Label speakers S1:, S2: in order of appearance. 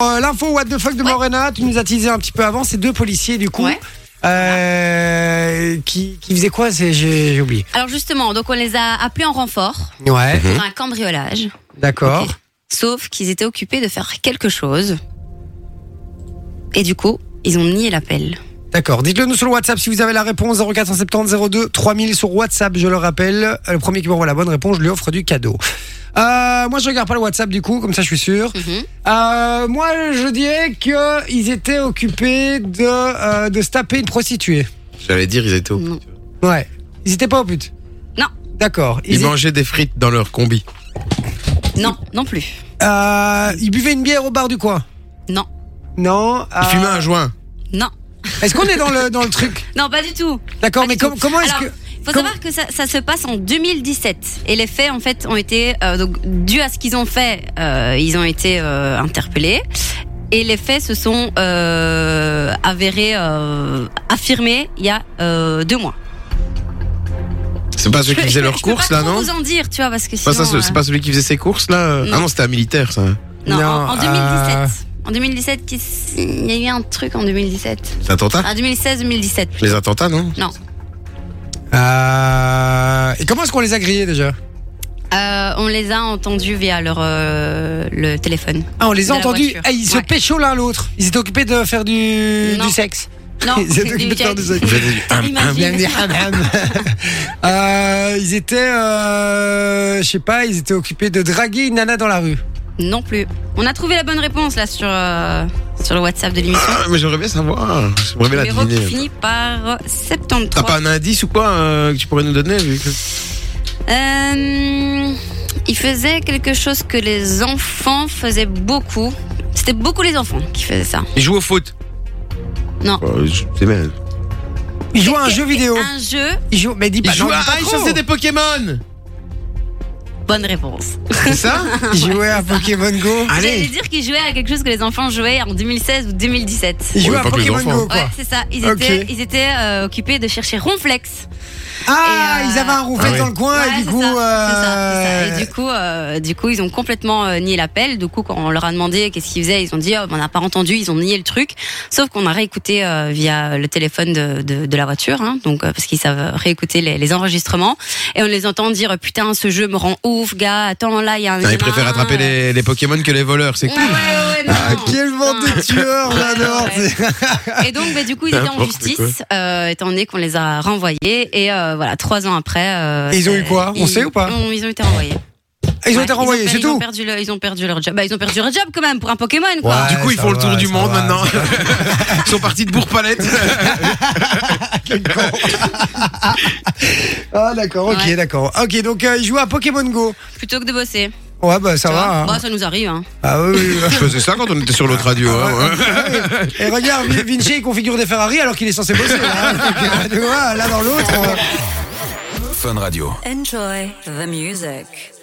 S1: Euh, L'info What the fuck de Morena, tu nous as teasé un petit peu avant, c'est deux policiers du coup.
S2: Ouais.
S1: Euh, qui, qui faisaient quoi C'est- J'ai j'ai oublié.
S2: Alors justement, donc on les a appelés en renfort
S1: Ouais,
S2: pour un cambriolage,
S1: Mhm. d'accord.
S2: Mhm. Ok. sauf qu'ils étaient occupés de faire quelque chose. Et du coup, ils ont nié l'appel.
S1: D'accord. Dites-le nous sur le WhatsApp si vous avez la réponse 0470 02 3000 sur WhatsApp, je le rappelle. Euh, Le premier qui m'envoie la bonne réponse, je lui offre du cadeau. Euh, moi, je regarde pas le WhatsApp du coup, comme ça je suis sûr.
S2: Mhm.
S1: Euh, moi, je dirais qu'ils étaient occupés de, euh, de se taper une prostituée.
S3: J'allais dire, ils étaient au.
S2: Non.
S1: Ouais. Ils étaient pas aux putes
S2: Non.
S1: D'accord.
S3: Ils
S1: étaient-
S3: mangeaient des frites dans leur combi.
S2: Non, non plus.
S1: Euh, il buvait une bière au bar du coin.
S2: Non,
S1: Non. euh,
S2: Ah.
S3: Ils fumaient un joint.
S2: non,
S1: Est-ce qu'on est dans le, dans le truc
S2: non, pas du tout.
S1: D'accord,
S2: Pas
S1: mais
S2: du
S1: com-
S2: tout.
S1: comment est-ce
S2: Alors,
S1: que.
S2: Faut
S1: comment-
S2: savoir que ça, ça se passe en 2017 et les faits en fait ont été euh, donc dû à ce qu'ils ont fait, euh, ils ont été euh, interpellés et les faits se sont euh, avérés euh, affirmés il y a euh, deux mois.
S3: C'est pas ceux qui
S2: Je-
S3: faisaient
S2: je-
S3: leurs
S2: je peux
S3: courses,
S2: pas
S3: là,
S2: trop
S3: non
S2: vous en dire, tu vois, parce que
S3: C'est pas,
S2: sinon.
S3: ça, ce- c'est
S2: euh,
S3: pas celui qui faisait ses courses, là euh
S2: Non.
S3: Ah non, c'était un militaire, ça.
S2: Non, en, en
S3: Ah.
S1: Non,
S2: 2017.
S1: euh,
S2: En 2017, qui s- il y a eu un truc en 2017.
S3: Les attentats
S2: En 2016-2017.
S3: Les attentats, non
S2: Non.
S1: Euh, et comment est-ce qu'on les a grillés déjà
S2: Euh, on les a entendus via leur euh, le téléphone.
S1: Ah, on les a
S2: De la
S1: entendus.
S2: voiture.
S1: Ah, ils se
S2: Ouais.
S1: pécho l'un l'autre. Ils étaient occupés de faire du,
S2: Non.
S1: du sexe.
S2: Non.
S1: Ils étaient occupés de faire du sexe.
S3: Vous avez dit, hum, hum.
S2: Imagine.
S1: Euh, ils étaient, euh, je sais pas, ils étaient occupés de draguer une nana dans la rue.
S2: Non plus. On a trouvé la bonne réponse là sur euh, sur le WhatsApp de l'émission.
S3: Ah, mais j'aimerais bien savoir. J'aimerais bien la
S2: Numéro qui
S3: deviner.
S2: finit par
S3: T'as
S2: 73.
S3: pas un indice ou quoi euh, que tu pourrais nous donner vu que-
S2: Euh, il faisait quelque chose que les enfants faisaient beaucoup. C'était beaucoup les enfants qui faisaient ça.
S3: Ils jouent au foot
S2: Non.
S3: Oh, je- C'est bien.
S1: Ils jouaient à un jeu vidéo.
S2: Un jeu.
S1: Ils jouaient, mais dis
S3: Ils
S1: pas, non,
S3: jouent
S1: dis
S3: à.
S1: pas
S3: Ah, ils
S1: trop.
S3: chassaient des Pokémon
S2: Bonne réponse.
S3: C'est ça
S1: Ils jouaient à Pokémon Go.
S2: J'allais dire qu'ils jouaient à quelque chose que les enfants jouaient en 2016 ou 2017.
S1: Ils jouaient
S3: Ouais,
S1: à
S3: pas que les
S1: Pokémon
S3: enfants.
S1: Go, quoi.
S2: Ouais, c'est ça. Ils
S1: Ok.
S2: étaient, ils étaient euh, occupés de chercher Ronflex.
S1: Ah,
S2: Et, euh,
S1: ils avaient un ronflet
S3: Ah ouais.
S1: dans le coin
S2: Ouais,
S1: et du
S2: c'est
S1: coup.
S2: ça, c'est ça, c'est
S1: euh,
S2: ça. Et du coup, euh, du coup, ils ont complètement euh, nié l'appel. Du coup, quand on leur a demandé qu'est-ce qu'ils faisaient, ils ont dit oh, ben, on n'a pas entendu. Ils ont nié le truc. Sauf qu'on a réécouté euh, via le téléphone de, de, de la voiture, hein, donc euh, parce qu'ils savent réécouter les, les enregistrements. Et on les entend dire oh, putain, ce jeu me rend ouf, gars. Attends, là, il y a un.
S3: Ah, Ils préfèrent attraper les, les Pokémon que les voleurs, c'est
S2: Ouais,
S3: cool.
S2: ouais, ouais, non, non.
S1: Ah, Quel bande de tueurs,
S2: Ouais,
S1: j'adore.
S2: ouais. Et donc, bah, du coup, ils étaient en
S3: N'importe quoi.
S2: justice, euh, étant donné qu'on les a renvoyés. Et euh, voilà, trois ans après. euh,
S1: Et ils ont eu
S2: euh,
S1: quoi On
S2: ils-
S1: sait ou pas
S2: ont- Ils ont été renvoyés.
S1: Ils ont
S2: Ouais,
S1: été renvoyés,
S2: per-
S1: c'est
S2: ils ont
S1: tout.
S2: perdu le- ils ont perdu leur job. Bah, ils ont perdu leur job quand même pour un Pokémon, quoi.
S1: Ouais,
S3: Du coup, ils
S1: ça
S3: font le
S1: va,
S3: tour du
S1: ça
S3: monde
S1: va,
S3: maintenant. Ils sont partis de Bourg-Palette.
S1: Ah, d'accord, ok,
S2: Ouais.
S1: d'accord. Ok, donc euh, ils jouent à Pokémon Go.
S2: Plutôt que de bosser.
S1: Ouais, bah ça
S2: tu vois.
S1: va. hein.
S2: Bah, ça nous arrive. Hein.
S1: Ah oui, oui, oui.
S3: Je faisais ça quand on était sur l'autre radio. hein, ouais.
S1: Et regarde, Vin- Vinci, il configure des Ferrari alors qu'il est censé bosser. Là, hein. Donc, euh, tu vois, l'un dans l'autre. euh,
S4: Enjoy the music.